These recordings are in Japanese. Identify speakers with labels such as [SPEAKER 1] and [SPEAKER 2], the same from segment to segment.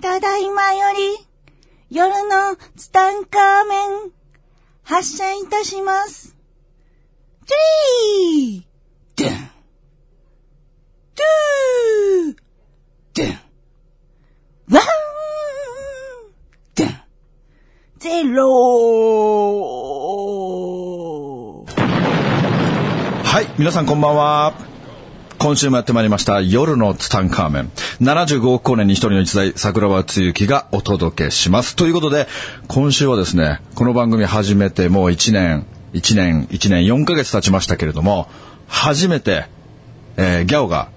[SPEAKER 1] だいまより、夜のツタンカーメン、発射いたします。トゥリードゥントゥードゥンワンドゥンゼロー
[SPEAKER 2] はい、皆さんこんばんは。今週もやってまいりました、夜のツタンカーメン。75億光年に一人の一代、桜庭つゆきがお届けします。ということで、今週はですね、この番組始めてもう1年、1年、1年4ヶ月経ちましたけれども、初めて、えーギャオが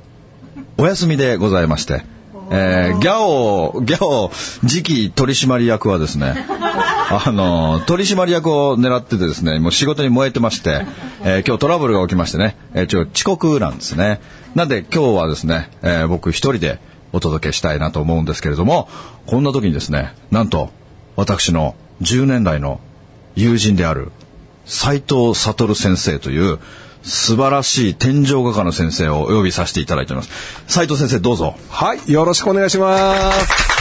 [SPEAKER 2] お休みでございまして、えーギャオ、ギャオ次期取締役はですね、あの、取締役を狙っててですね、もう仕事に燃えてまして、えー今日トラブルが起きましてね、えーちょ、遅刻なんですね。なんで今日はですね、えー僕一人でお届けしたいなと思うんですけれども、こんな時にですね、なんと、私の10年来の友人である、斉藤悟先生という素晴らしい天井画家の先生をお呼びさせていただいております。斉藤先生どうぞ。
[SPEAKER 3] はい、よろしくお願いします。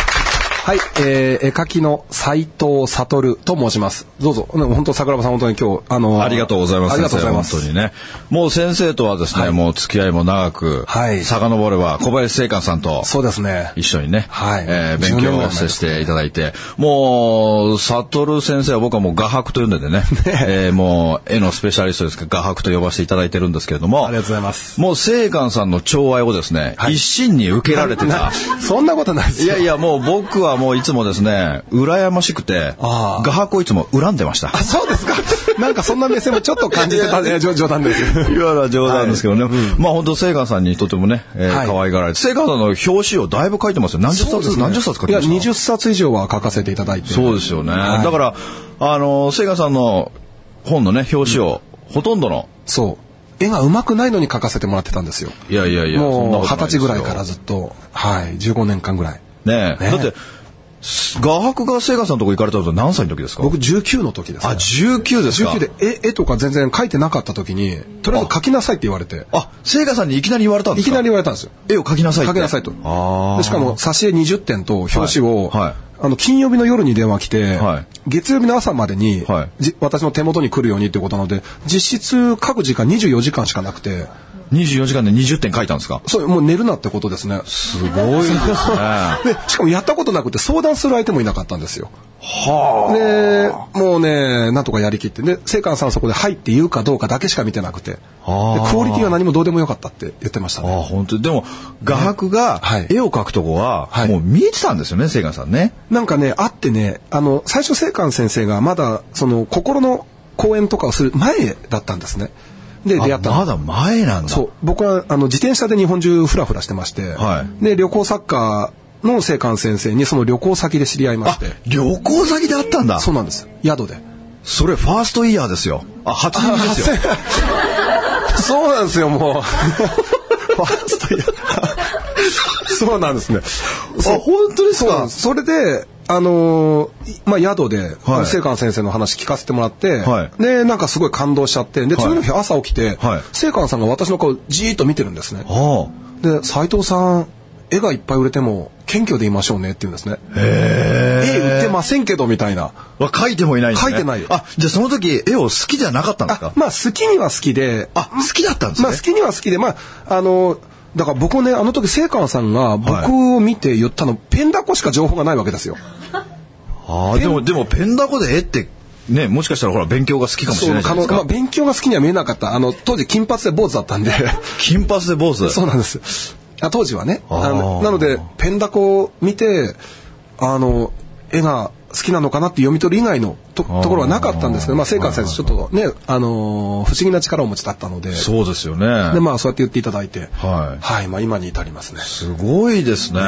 [SPEAKER 3] はい、えー、絵描きの斉藤悟と申します。どうぞ、ね本当桜庭さん本当に今日、あのー
[SPEAKER 2] ありがとうございます。
[SPEAKER 3] ありがとうございま
[SPEAKER 2] 本当
[SPEAKER 3] す。
[SPEAKER 2] にね。もう先生とはですね、もう付き合いも長く、
[SPEAKER 3] はい
[SPEAKER 2] 遡れば小林聖寛さんと
[SPEAKER 3] そうですね。
[SPEAKER 2] 一緒にね、
[SPEAKER 3] はい
[SPEAKER 2] えー
[SPEAKER 3] 10
[SPEAKER 2] 勉
[SPEAKER 3] 年ぐらい
[SPEAKER 2] 強
[SPEAKER 3] 前
[SPEAKER 2] を
[SPEAKER 3] です
[SPEAKER 2] さ
[SPEAKER 3] ね
[SPEAKER 2] せていただいて、もう、悟先生は僕はもう画伯と呼んで てね、えーもう絵のスペシャリストですから画伯と呼ばせていただいてるんですけれども、
[SPEAKER 3] ありがとうございます
[SPEAKER 2] もう聖寛さんの寵愛をですね、一身に受けられてた。
[SPEAKER 3] そんなことないです
[SPEAKER 2] い
[SPEAKER 3] よ。
[SPEAKER 2] やいや、もう僕はもういつもですね、羨ましくて、
[SPEAKER 3] あ
[SPEAKER 2] 画
[SPEAKER 3] あ
[SPEAKER 2] 伯をいつも恨んでました。
[SPEAKER 3] あ、そ うですか。なんかそんな目線もちょっと感じてた、ね、冗冗談です。
[SPEAKER 2] いわら冗談ですけどね。まあ本当、セイガンさんにとてもね、えー
[SPEAKER 3] はい
[SPEAKER 2] 可愛がられて、セイガンさんの表紙をだいぶ書いてますよ。何十冊、何十冊書い
[SPEAKER 3] い
[SPEAKER 2] て
[SPEAKER 3] や、
[SPEAKER 2] ました
[SPEAKER 3] 20冊以上は書かせていただいて。
[SPEAKER 2] そうですよね。
[SPEAKER 3] はい
[SPEAKER 2] だから、あの、セイガンさんの本のね、表紙を、ほとんどの、
[SPEAKER 3] そう。絵が上手くないのに書かせてもらってたんですよ。
[SPEAKER 2] いやいやいや、そんな
[SPEAKER 3] もう
[SPEAKER 2] こと
[SPEAKER 3] 二
[SPEAKER 2] な
[SPEAKER 3] 十歳ぐらい
[SPEAKER 2] ですよ
[SPEAKER 3] からずっと、はい、15年間ぐらい。
[SPEAKER 2] ねえ
[SPEAKER 3] ね
[SPEAKER 2] だって、画伯がセイガンさんのとこ行かれたのは何歳の時ですか
[SPEAKER 3] 僕19の時です、
[SPEAKER 2] あ、
[SPEAKER 3] ね。
[SPEAKER 2] 19ですか
[SPEAKER 3] 19で絵絵とか全然描いてなかった時にとりあえず描きなさいって言われて
[SPEAKER 2] あ、セイガンさんにいきなり言われたんで
[SPEAKER 3] い
[SPEAKER 2] す
[SPEAKER 3] き
[SPEAKER 2] か
[SPEAKER 3] なり言われたんですよ
[SPEAKER 2] 絵を描きなさいって。
[SPEAKER 3] 描きなさいと
[SPEAKER 2] あー
[SPEAKER 3] でしかも挿絵20点と表紙を、
[SPEAKER 2] はいはい
[SPEAKER 3] あの金曜日の夜に電話来て、
[SPEAKER 2] はい
[SPEAKER 3] 月曜日の朝までに、
[SPEAKER 2] はい
[SPEAKER 3] じ私の手元に来るようにってことなので実質書く時間24時間しかなくて
[SPEAKER 2] 24時間で20点書いたんですか
[SPEAKER 3] そうもう寝るなってことですね
[SPEAKER 2] すごいですね。
[SPEAKER 3] でしかもやったことなくて相談する相手もいなかったんですよでもうねなんとかやりきってで清官さんはそこで「はい」って言うかどうかだけしか見てなくてで
[SPEAKER 2] あー
[SPEAKER 3] クオリティは何もどうでもよかったって言ってましたね
[SPEAKER 2] ああ、本当に。でも、画伯が
[SPEAKER 3] はい
[SPEAKER 2] 絵を描くとこは、
[SPEAKER 3] はい
[SPEAKER 2] もう見えてたんですよね、セイガンさんね。
[SPEAKER 3] なんかね、あってね、あの、最初、聖寛先生がまだ、その、心の講演とかをする前だったんですね。で、出会
[SPEAKER 2] あ
[SPEAKER 3] ったの
[SPEAKER 2] まだ前なんだ。
[SPEAKER 3] そう。僕は、あの、自転車で日本中フラフラしてまして、
[SPEAKER 2] はい
[SPEAKER 3] で、旅行作家の聖寛先生にその旅行先で知り合いま
[SPEAKER 2] あ
[SPEAKER 3] して、、
[SPEAKER 2] 旅行先であったんだ。
[SPEAKER 3] そ
[SPEAKER 2] そう
[SPEAKER 3] なんです。宿で。
[SPEAKER 2] れ、ファーストイヤーですよ。あ、初耳ですよ。
[SPEAKER 3] そうなんです よ、もう。ファーストイヤーそうなんですね。
[SPEAKER 2] あ本当ですか
[SPEAKER 3] そうなんそれで、あのーいまあ、宿で、
[SPEAKER 2] はい
[SPEAKER 3] 聖寛先生の話聞かせてもらって、
[SPEAKER 2] はい
[SPEAKER 3] で、なんかすごい感動しちゃって、で、次の日朝起きて、
[SPEAKER 2] はい
[SPEAKER 3] 聖寛さんが私の顔じーっと見てるんですね。
[SPEAKER 2] あ
[SPEAKER 3] で、斎藤さん、絵がいっぱい売れても、謙虚でいましょうねって言うんですね。絵売ってませんけど、みたいな。
[SPEAKER 2] あ。わ描いてもいないんですね。
[SPEAKER 3] 描いてないよ
[SPEAKER 2] あ、じゃあその時、絵を好きじゃなかったんです
[SPEAKER 3] あ
[SPEAKER 2] か、
[SPEAKER 3] まあ、好きには好きで、
[SPEAKER 2] あ、好きだったんですね。
[SPEAKER 3] まあ好きには好きで、まあ、あの、だから僕ね、あの時、聖寛さんが僕を見て言ったの、ペンダコしか情報がないわけですよ。
[SPEAKER 2] ああ、でも、でも、ペンダコで絵って、ね、もしかしたらほら、勉強が好きかもしれないじゃないです
[SPEAKER 3] まあ、
[SPEAKER 2] か。
[SPEAKER 3] 勉強が好きには見えなかった。あの、当時金髪で坊主だったんで、
[SPEAKER 2] 金髪で坊主。
[SPEAKER 3] そうなんです。あ当時はね。
[SPEAKER 2] あー
[SPEAKER 3] あのなので、ペンダコを見て、あの、絵が好きなのかなって読み取る以外のとところはなかったんですけど、まあ、聖寛先生、ちょっとね、あのー不思議な力をお持ちだったので、
[SPEAKER 2] そうですよね。
[SPEAKER 3] で、まあ、そうやって言っていただいて、
[SPEAKER 2] はい
[SPEAKER 3] はい、まあ、今に至りますね。
[SPEAKER 2] すごいですね。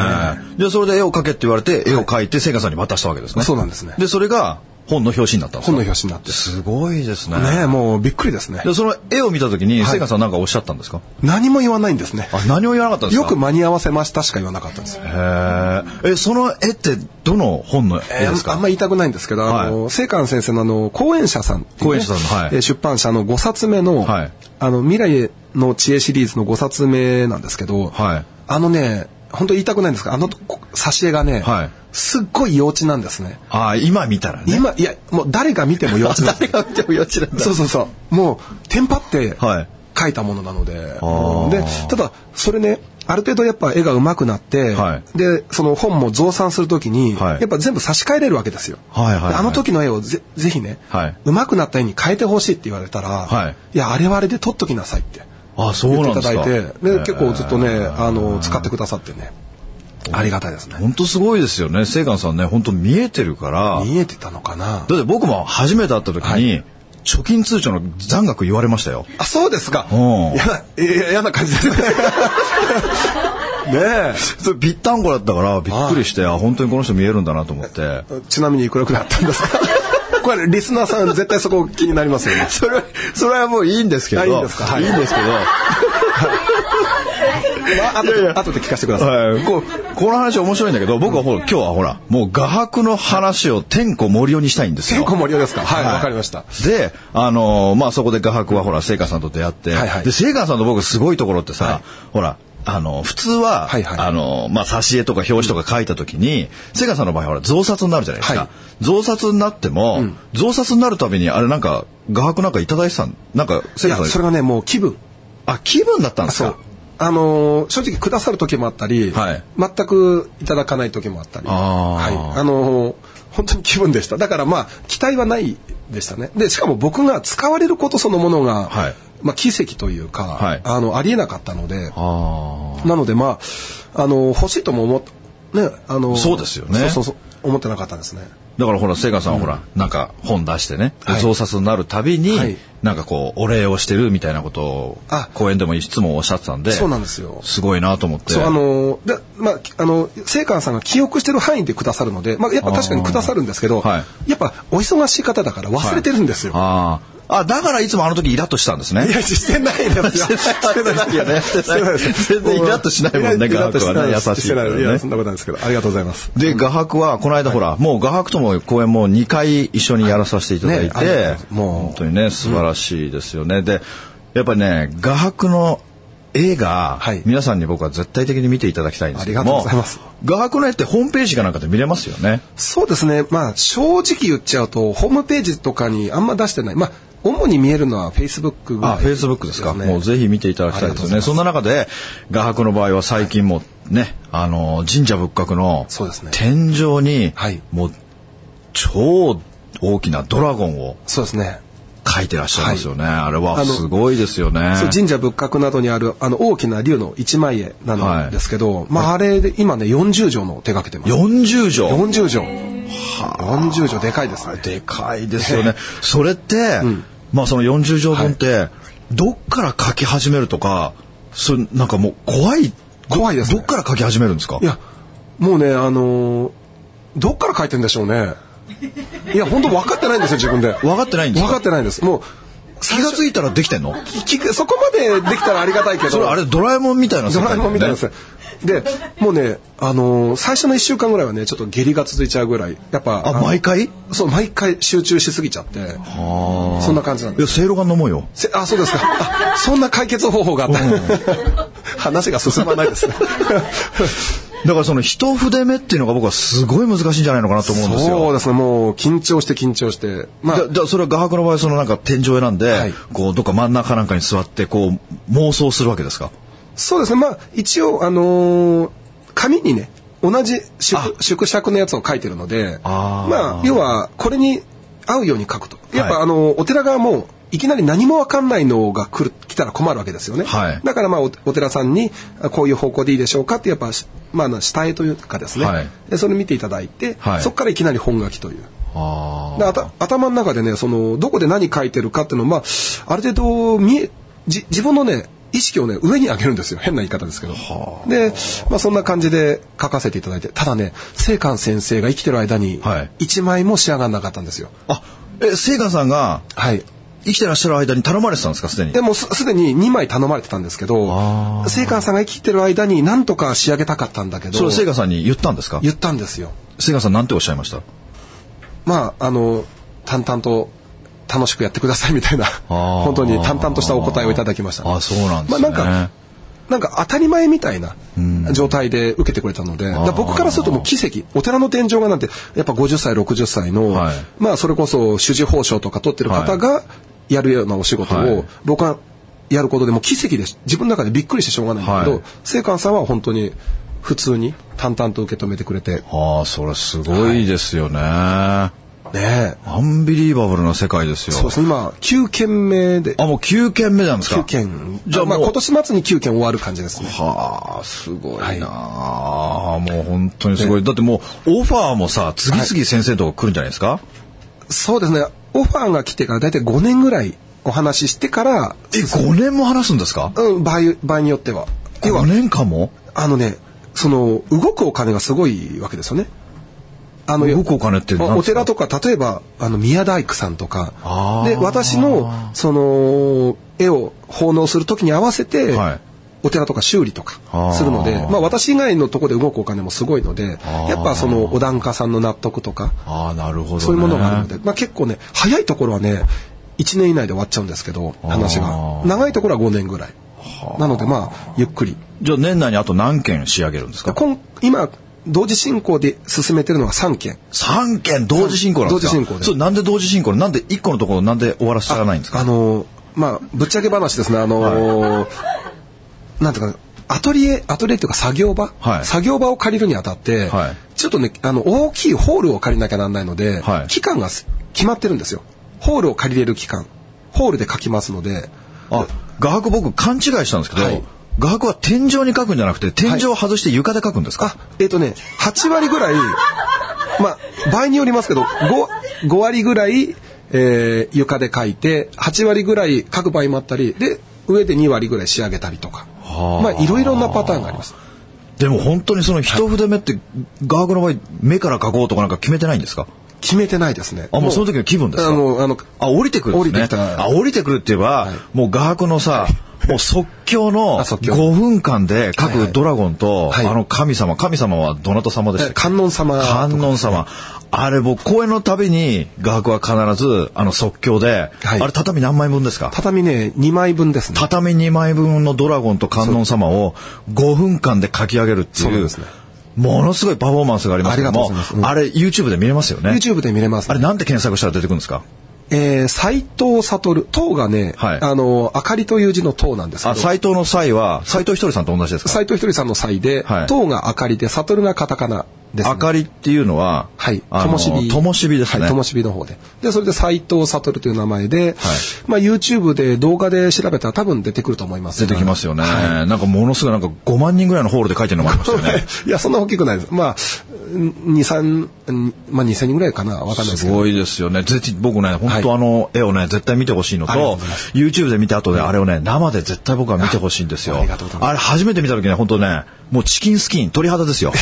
[SPEAKER 2] で、それで絵を描けって言われて、絵を描いて、聖火さんに渡したわけですね。
[SPEAKER 3] そうなんですね
[SPEAKER 2] で、それが本の表紙になったんですか
[SPEAKER 3] 本の表紙になって。
[SPEAKER 2] すごいですね。
[SPEAKER 3] ねえ、もうびっくりですね。
[SPEAKER 2] で、その絵を見たときに、聖火さんなんかおっしゃったんですか
[SPEAKER 3] 何も言わないんですね。
[SPEAKER 2] あ、何を言わなかったんです
[SPEAKER 3] よ
[SPEAKER 2] か
[SPEAKER 3] く間に合わせましたしか言わなかったんですよ。
[SPEAKER 2] へえ。え、その絵ってどの本の絵
[SPEAKER 3] えー
[SPEAKER 2] ですか
[SPEAKER 3] あんまり言いたくないんですけど、あの、聖寛先生のあの、講演者さんっていうね
[SPEAKER 2] 講演者さんのはい
[SPEAKER 3] えー出版社の5冊目の、
[SPEAKER 2] はい
[SPEAKER 3] あの、未来の知恵シリーズの5冊目なんですけど、
[SPEAKER 2] はい
[SPEAKER 3] あのね、本当言いたくないんですが、あのこ挿絵がね、
[SPEAKER 2] はい
[SPEAKER 3] すっごい幼稚なんですね。
[SPEAKER 2] ああ、今見たらね。
[SPEAKER 3] 今、いや、もう誰が見ても幼稚なんで す
[SPEAKER 2] 誰が見ても幼稚なんだ。
[SPEAKER 3] そうそうそう。もう、テンパって
[SPEAKER 2] はい
[SPEAKER 3] 書いたものなので。
[SPEAKER 2] ー
[SPEAKER 3] で、ただ、それね、ある程度やっぱ絵が上手くなって、
[SPEAKER 2] は
[SPEAKER 3] で、その本も増産するときに、
[SPEAKER 2] はい
[SPEAKER 3] やっぱ全部差し替えれるわけですよ。
[SPEAKER 2] はいはいはい
[SPEAKER 3] であの時の絵をぜぜひね、
[SPEAKER 2] はい
[SPEAKER 3] 上手くなった絵に変えてほしいって言われたら、
[SPEAKER 2] はい
[SPEAKER 3] いや、あれはあれで撮っときなさいって
[SPEAKER 2] ああ、そう
[SPEAKER 3] 言っ
[SPEAKER 2] な
[SPEAKER 3] てい
[SPEAKER 2] ん
[SPEAKER 3] た
[SPEAKER 2] です
[SPEAKER 3] だ
[SPEAKER 2] か。
[SPEAKER 3] いて、
[SPEAKER 2] え
[SPEAKER 3] で
[SPEAKER 2] ー
[SPEAKER 3] 結構ずっとね、あの、使ってくださってね、ありがたいですね。
[SPEAKER 2] 本当すごいですよね。セイガンさんね、本当見えてるから。
[SPEAKER 3] 見えてたのかな
[SPEAKER 2] だって僕も初めて会った時に、貯金通帳の残額言われましたよ。
[SPEAKER 3] あ、そうですか。
[SPEAKER 2] うん
[SPEAKER 3] やだ、いや嫌な感 じですね。ね
[SPEAKER 2] それぴったんこだったから、びっくりして、あ、本当にこの人見えるんだなと思って。
[SPEAKER 3] え。ちなみにいくらくらいあったんで すかこれ、リスナーさん絶対そこ気になりますよね。
[SPEAKER 2] それは、 それはもういいんですけど。
[SPEAKER 3] あいいんですかはい
[SPEAKER 2] いいんですけど。
[SPEAKER 3] まあ、後で、後で聞かせてください。
[SPEAKER 2] はい、こうこの話面白いんだけど僕はほら今日はほらもう画伯の話を天子盛りにしたいんですよ。
[SPEAKER 3] 天子盛りですかはい、
[SPEAKER 2] はい
[SPEAKER 3] わかりました。
[SPEAKER 2] で、あのーまあ、そこで画伯はほら、聖華さんと出会って、
[SPEAKER 3] はいはい
[SPEAKER 2] で、聖華さんの僕すごいところってさ、
[SPEAKER 3] はい
[SPEAKER 2] ほら、あの、普通は、
[SPEAKER 3] はいはい
[SPEAKER 2] あの、まあ、挿絵とか表紙とか書いたときに、聖華さんの場合はほら、増刷になるじゃないですか。
[SPEAKER 3] はい
[SPEAKER 2] 増刷になっても、増刷になるたびに、あれなんか、画伯なんかいただいてたん、なんか、
[SPEAKER 3] い
[SPEAKER 2] 聖
[SPEAKER 3] や、
[SPEAKER 2] 華
[SPEAKER 3] そ
[SPEAKER 2] さん、
[SPEAKER 3] れがね、もう気分。
[SPEAKER 2] あ、気分だったんです
[SPEAKER 3] そ
[SPEAKER 2] か
[SPEAKER 3] う。あのー正直くださる時もあったり、
[SPEAKER 2] はい
[SPEAKER 3] 全くいただかない時もあったり、
[SPEAKER 2] あ
[SPEAKER 3] はい
[SPEAKER 2] ー、
[SPEAKER 3] あのー本当に気分でした。だからまあ、期待はないでしたね。で、しかも僕が使われることそのものが、
[SPEAKER 2] はい
[SPEAKER 3] まあ、奇跡というか、
[SPEAKER 2] はい
[SPEAKER 3] あの、ありえなかったので、
[SPEAKER 2] あ
[SPEAKER 3] なのでまあ、あのー欲しいとも思っね、あのー
[SPEAKER 2] そうですよね
[SPEAKER 3] そうそうそう、思ってなかったんですね。
[SPEAKER 2] ーだからほら、聖華さんはほら、なんか本出してね、で
[SPEAKER 3] はい
[SPEAKER 2] 増刷になるたびに、
[SPEAKER 3] はい
[SPEAKER 2] なんかこう、お礼をしてるみたいなことを
[SPEAKER 3] あ、
[SPEAKER 2] 講演でもいつもおっしゃってたんで、
[SPEAKER 3] そうなんですよ。
[SPEAKER 2] すごいなと思って。
[SPEAKER 3] そう、あのーで、まあ、あの、聖寛さんが記憶してる範囲でくださるので、まあ、やっぱ確かにくださるんですけど、
[SPEAKER 2] あーはい
[SPEAKER 3] やっぱ、お忙しい方だから忘れてるんですよ。
[SPEAKER 2] ああ。あ、だからいつもあの時イラッとしたんですね
[SPEAKER 3] い、。や、してないですよ。
[SPEAKER 2] してないしてないよね
[SPEAKER 3] してないです
[SPEAKER 2] 全然イラッとしないもんね
[SPEAKER 3] イラッとして
[SPEAKER 2] 画伯は
[SPEAKER 3] ない
[SPEAKER 2] ね優しいからね
[SPEAKER 3] てないや、そんなことなんですけど、ありがとうございます。
[SPEAKER 2] で、画伯は、この間ほら、もう画伯とも公演も2回一緒にやらさせていただい
[SPEAKER 3] はいねありが
[SPEAKER 2] て
[SPEAKER 3] と、うございますもう
[SPEAKER 2] 本当にね、素晴らしいですよね。で、やっぱりね、画伯の絵が
[SPEAKER 3] はい、
[SPEAKER 2] 皆さんに僕は絶対的に見ていただきたいんですけど
[SPEAKER 3] あり
[SPEAKER 2] も
[SPEAKER 3] がとうございます、
[SPEAKER 2] 画伯の絵ってホームページかなんかで見れますよね。
[SPEAKER 3] そうですね。まあ、正直言っちゃうと、ホームページとかにあんま出してない。まあ、主に見えるのは Facebook ぐらい
[SPEAKER 2] あ、フェイスブックですか。もうぜひ見ていただきたいです
[SPEAKER 3] ありがとうござい
[SPEAKER 2] ね。
[SPEAKER 3] ます
[SPEAKER 2] そんな中で、画伯の場合は最近もね、あの、神社仏閣の
[SPEAKER 3] そうですね
[SPEAKER 2] 天井に
[SPEAKER 3] はい、
[SPEAKER 2] もう超大きなドラゴンを
[SPEAKER 3] そうですね。
[SPEAKER 2] 描いてらっしゃいますよね。あれ
[SPEAKER 3] あ
[SPEAKER 2] は
[SPEAKER 3] の
[SPEAKER 2] すごいですよね。
[SPEAKER 3] そう神社仏閣などにあるあの大きな竜の一枚絵なのですけど、まああれで今ね40畳の手掛けてます。
[SPEAKER 2] 40畳。
[SPEAKER 3] 40畳。40畳でかいですね。
[SPEAKER 2] でかいですよね。それって、まあその40畳分って、どっから描き始めるとか、そなんかもう怖い、
[SPEAKER 3] 怖いですね
[SPEAKER 2] どっから描き始めるんですか
[SPEAKER 3] いや、もうね、あのーどっから書いてんでしょう ね。いや、本当分かってないんですよ、自分で。
[SPEAKER 2] 分かってないんです
[SPEAKER 3] 分
[SPEAKER 2] か
[SPEAKER 3] かってないんです。もう、
[SPEAKER 2] 気がついたらできてんの
[SPEAKER 3] ききそこまでできたらありがたいけど。
[SPEAKER 2] それあれドラえもんみたいな世
[SPEAKER 3] ド
[SPEAKER 2] 界だ
[SPEAKER 3] ラ
[SPEAKER 2] よ
[SPEAKER 3] え
[SPEAKER 2] ね
[SPEAKER 3] もんみたいなですで、もうね、あのー最初の1週間ぐらいはね、ちょっと下痢が続いちゃうぐらい。やっぱ。
[SPEAKER 2] あ
[SPEAKER 3] の
[SPEAKER 2] 毎回
[SPEAKER 3] そう、毎回集中しすぎちゃって。そんな感じなん
[SPEAKER 2] い
[SPEAKER 3] で
[SPEAKER 2] や
[SPEAKER 3] す。
[SPEAKER 2] せいろが飲もうよ
[SPEAKER 3] せあ、そうですか。あそんな解決方法があった。 話が進まないですね。
[SPEAKER 2] だからその一筆目っていうのが僕はすごい難しいんじゃないのかなと思うんですよ
[SPEAKER 3] そうですね、もう緊張して緊張して。まあ
[SPEAKER 2] だ、だそれは画伯の場合そのなんか天井絵なんで、
[SPEAKER 3] はい
[SPEAKER 2] こうどっか真ん中なんかに座ってこう妄想するわけですか
[SPEAKER 3] そうですね。まあ、一応、あのー紙にね、同じ縮縮尺のやつを書いてるので、
[SPEAKER 2] あー
[SPEAKER 3] まあ、要は、これに合うように書くと。やっぱ、
[SPEAKER 2] はい
[SPEAKER 3] あのーお寺側も、いきなり何もわかんないのが来る、来たら困るわけですよね。
[SPEAKER 2] はい
[SPEAKER 3] だからまあお、お寺さんに、あこういう方向でいいでしょうかって、やっぱ、しまああの、下絵というかですね。
[SPEAKER 2] はい
[SPEAKER 3] でそれ見ていただいて、
[SPEAKER 2] はい
[SPEAKER 3] そこからいきなり本書きという。
[SPEAKER 2] あ
[SPEAKER 3] であた頭の中でねそのどこで何書いてるかっていうのを、まあ、ある程度見えじ自分のね意識をね上に上げるんですよ変な言い方ですけど、で、まあ、そんな感じで書かせていただいてただね清官先生が生きてる間に
[SPEAKER 2] はい
[SPEAKER 3] 一枚も仕上がんなかったんですよ
[SPEAKER 2] あえセイガさんが
[SPEAKER 3] はい
[SPEAKER 2] 生きてらっしゃる間に頼まれてたんですかすでに
[SPEAKER 3] でもうすすでに2枚頼まれてたんですけど
[SPEAKER 2] あ
[SPEAKER 3] 清官さんが生きてる間になんとか仕上げたかったんだけど
[SPEAKER 2] それはセイガさんに言ったんですか
[SPEAKER 3] 言ったんですよ
[SPEAKER 2] セイガさんなんておっしゃいました
[SPEAKER 3] まあ、あの、淡々と楽しくやってくださいみたいな、
[SPEAKER 2] あー
[SPEAKER 3] 本当に淡々としたお答えをいただきましたね、
[SPEAKER 2] あそうなんです
[SPEAKER 3] まあ
[SPEAKER 2] ね
[SPEAKER 3] なんか、なんか当たり前みたいな状態で受けてくれたので、だから僕からするともう奇跡、お寺の天井がなんて、やっぱ50歳、60歳の、
[SPEAKER 2] はい
[SPEAKER 3] まあそれこそ主事報奨とか取ってる方がやるようなお仕事
[SPEAKER 2] はい
[SPEAKER 3] を、僕はやることでもう奇跡でし自分の中でびっくりしてしょうがないんだけ
[SPEAKER 2] は
[SPEAKER 3] ど
[SPEAKER 2] い、
[SPEAKER 3] 聖寛さんは本当に普通に淡々と受け止めてくれて、
[SPEAKER 2] ああ、それすごいですよね。
[SPEAKER 3] ねえ
[SPEAKER 2] アンビリーバブルな世界ですよ。
[SPEAKER 3] そうですね、今9件目で、
[SPEAKER 2] あ、もう9件目なんですか
[SPEAKER 3] 9件、
[SPEAKER 2] じゃあ
[SPEAKER 3] まあ
[SPEAKER 2] もう
[SPEAKER 3] 今年末に9件終わる感じですね。
[SPEAKER 2] はあ、すごいなあ、もう本当にすごい。だってもう、オファーもさ、次々先生とか来るんじゃないですか、
[SPEAKER 3] そうですね。オファーが来てから大体5年ぐらいお話ししてから、
[SPEAKER 2] え、5年も話すんですか
[SPEAKER 3] うん、場合、場合によっては。要
[SPEAKER 2] ?5
[SPEAKER 3] は、
[SPEAKER 2] 年間も
[SPEAKER 3] あのね、その、動くお金がすごいわけですよね。あの、
[SPEAKER 2] 動くお金って何ですか
[SPEAKER 3] お寺とか、例えば、あの、宮大工さんと
[SPEAKER 2] あ
[SPEAKER 3] か、
[SPEAKER 2] ー
[SPEAKER 3] で、私の、その、絵を奉納するときに合わせて、
[SPEAKER 2] はい
[SPEAKER 3] お寺とか修理とか
[SPEAKER 2] あー
[SPEAKER 3] するので、まあ私以外のところで動くお金もすごいので、やっぱそのお檀家さんの納得とか、
[SPEAKER 2] ああ、なるほど、ね。
[SPEAKER 3] そういうものがあるので、まあ、結構ね早いところはね1年以内で終わっちゃうんですけど話
[SPEAKER 2] あ
[SPEAKER 3] が
[SPEAKER 2] ー
[SPEAKER 3] 長いところは5年ぐらいなのでまあゆっくり
[SPEAKER 2] じゃあ年内にあと何件仕上げるんですか
[SPEAKER 3] 今今同時進行で進めてるのが3件
[SPEAKER 2] ?3 件同時進行なんですか
[SPEAKER 3] 同時進行で
[SPEAKER 2] そう、なんで同時進行なんで1個のところなんで終わらせらないんですか
[SPEAKER 3] あのーまあぶっちゃけ話ですねあのーなんていうかなアトリエアトリエっていうか作業場、
[SPEAKER 2] はい
[SPEAKER 3] 作業場を借りるにあたって、
[SPEAKER 2] はい
[SPEAKER 3] ちょっとねあの大きいホールを借りなきゃなんないので、
[SPEAKER 2] はい
[SPEAKER 3] 期間がす決まってるんですよホールを借りれる期間ホールで書きますので
[SPEAKER 2] あ、画伯僕勘違いしたんですけど、
[SPEAKER 3] はい
[SPEAKER 2] 画伯は天井に書くんじゃなくて、天井を外して床で書くんですか、
[SPEAKER 3] あ、えっ、とね、8割ぐらい、まあ、場合によりますけど、5, 5割ぐらい、えー床で書いて、8割ぐらい書く場合もあったり、で、上で2割ぐらい仕上げたりとか。
[SPEAKER 2] はあ
[SPEAKER 3] まあ、いろいろなパターンがあります。
[SPEAKER 2] でも本当にその一筆目って、画伯の場合、目から書こうとかなんか決めてないんですか
[SPEAKER 3] 決めてないですね。
[SPEAKER 2] あ、もうその時の気分ですか
[SPEAKER 3] あの、あの、
[SPEAKER 2] あ、降りてくるんですね。
[SPEAKER 3] 降りてきた
[SPEAKER 2] あ、降りてくるって言えば、もう画伯のさ、もう即興の
[SPEAKER 3] あ即興
[SPEAKER 2] 5分間で
[SPEAKER 3] はいは
[SPEAKER 2] 各
[SPEAKER 3] い
[SPEAKER 2] ドラゴンと、
[SPEAKER 3] はい
[SPEAKER 2] あの神様、神様はどなた様でしたっ
[SPEAKER 3] え
[SPEAKER 2] け
[SPEAKER 3] 観音様とか
[SPEAKER 2] 観音様。あれ僕、公演のたびに画伯は必ず、あの即興で、
[SPEAKER 3] はい
[SPEAKER 2] あれ畳何枚分ですか
[SPEAKER 3] 畳ね、2枚分ですね。
[SPEAKER 2] 畳2枚分のドラゴンと観音様を5分間で書き上げるって
[SPEAKER 3] そう
[SPEAKER 2] い
[SPEAKER 3] な
[SPEAKER 2] うん
[SPEAKER 3] ですね
[SPEAKER 2] ものすごいパフォーマンスがありますけど
[SPEAKER 3] あ
[SPEAKER 2] も
[SPEAKER 3] りがとうございますうん
[SPEAKER 2] あれ YouTube で見れますよね
[SPEAKER 3] YouTube で見れます、
[SPEAKER 2] あれなんて検索したら出てくるんですか
[SPEAKER 3] えー、斎藤悟。塔がね、
[SPEAKER 2] はい
[SPEAKER 3] あの、明かりという字の塔なんですけ
[SPEAKER 2] あ
[SPEAKER 3] ど。
[SPEAKER 2] 斎藤の際は斎藤ひとりさんと同じですか
[SPEAKER 3] 斎藤ひとりさんの際で、
[SPEAKER 2] はい
[SPEAKER 3] 塔が明かりで、悟がカタカナです、ね
[SPEAKER 2] 明。かりっていうのは
[SPEAKER 3] はい。
[SPEAKER 2] あのともしびですね
[SPEAKER 3] はい、ともしびの方で。で、それで斎藤悟という名前で、まあ YouTube で動画で調べたら多分出てくると思います。
[SPEAKER 2] 出てきますよね
[SPEAKER 3] は
[SPEAKER 2] なんかものすごいなんか5万人ぐらいのホールで書いてるのもありましたよね
[SPEAKER 3] いや、そんな大きくないです。まあ、2、3、うんまあ2000人ぐらいかな。わかんないです
[SPEAKER 2] す
[SPEAKER 3] けど。
[SPEAKER 2] ごいですよね。ぜひ僕ね、本
[SPEAKER 3] は
[SPEAKER 2] 当
[SPEAKER 3] い
[SPEAKER 2] あの絵をね、絶対見てほしいの
[SPEAKER 3] ありがと
[SPEAKER 2] と
[SPEAKER 3] うございま、
[SPEAKER 2] YouTube で見た後であれをね、生で絶対僕は見てほしいんですよ。
[SPEAKER 3] あありがとうございます
[SPEAKER 2] あれ初めて見た時ね、本当ね、もうチキンスキン、鳥肌ですよ。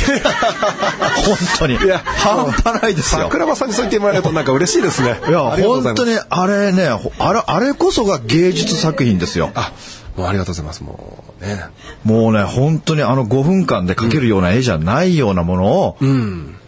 [SPEAKER 2] 本当に。
[SPEAKER 3] いや
[SPEAKER 2] 半端ないですよ。
[SPEAKER 3] 桜庭さんにそう言ってもらえるとなんか嬉しいですね。
[SPEAKER 2] いや、
[SPEAKER 3] ありがとうご
[SPEAKER 2] 本
[SPEAKER 3] ざいます
[SPEAKER 2] 当にあれね、ほあれ、あれこそが芸術作品ですよ。
[SPEAKER 3] あ、もうありがとうございます。もうね。
[SPEAKER 2] もうね、本当にあの5分間で描けるような絵じゃないようなものを、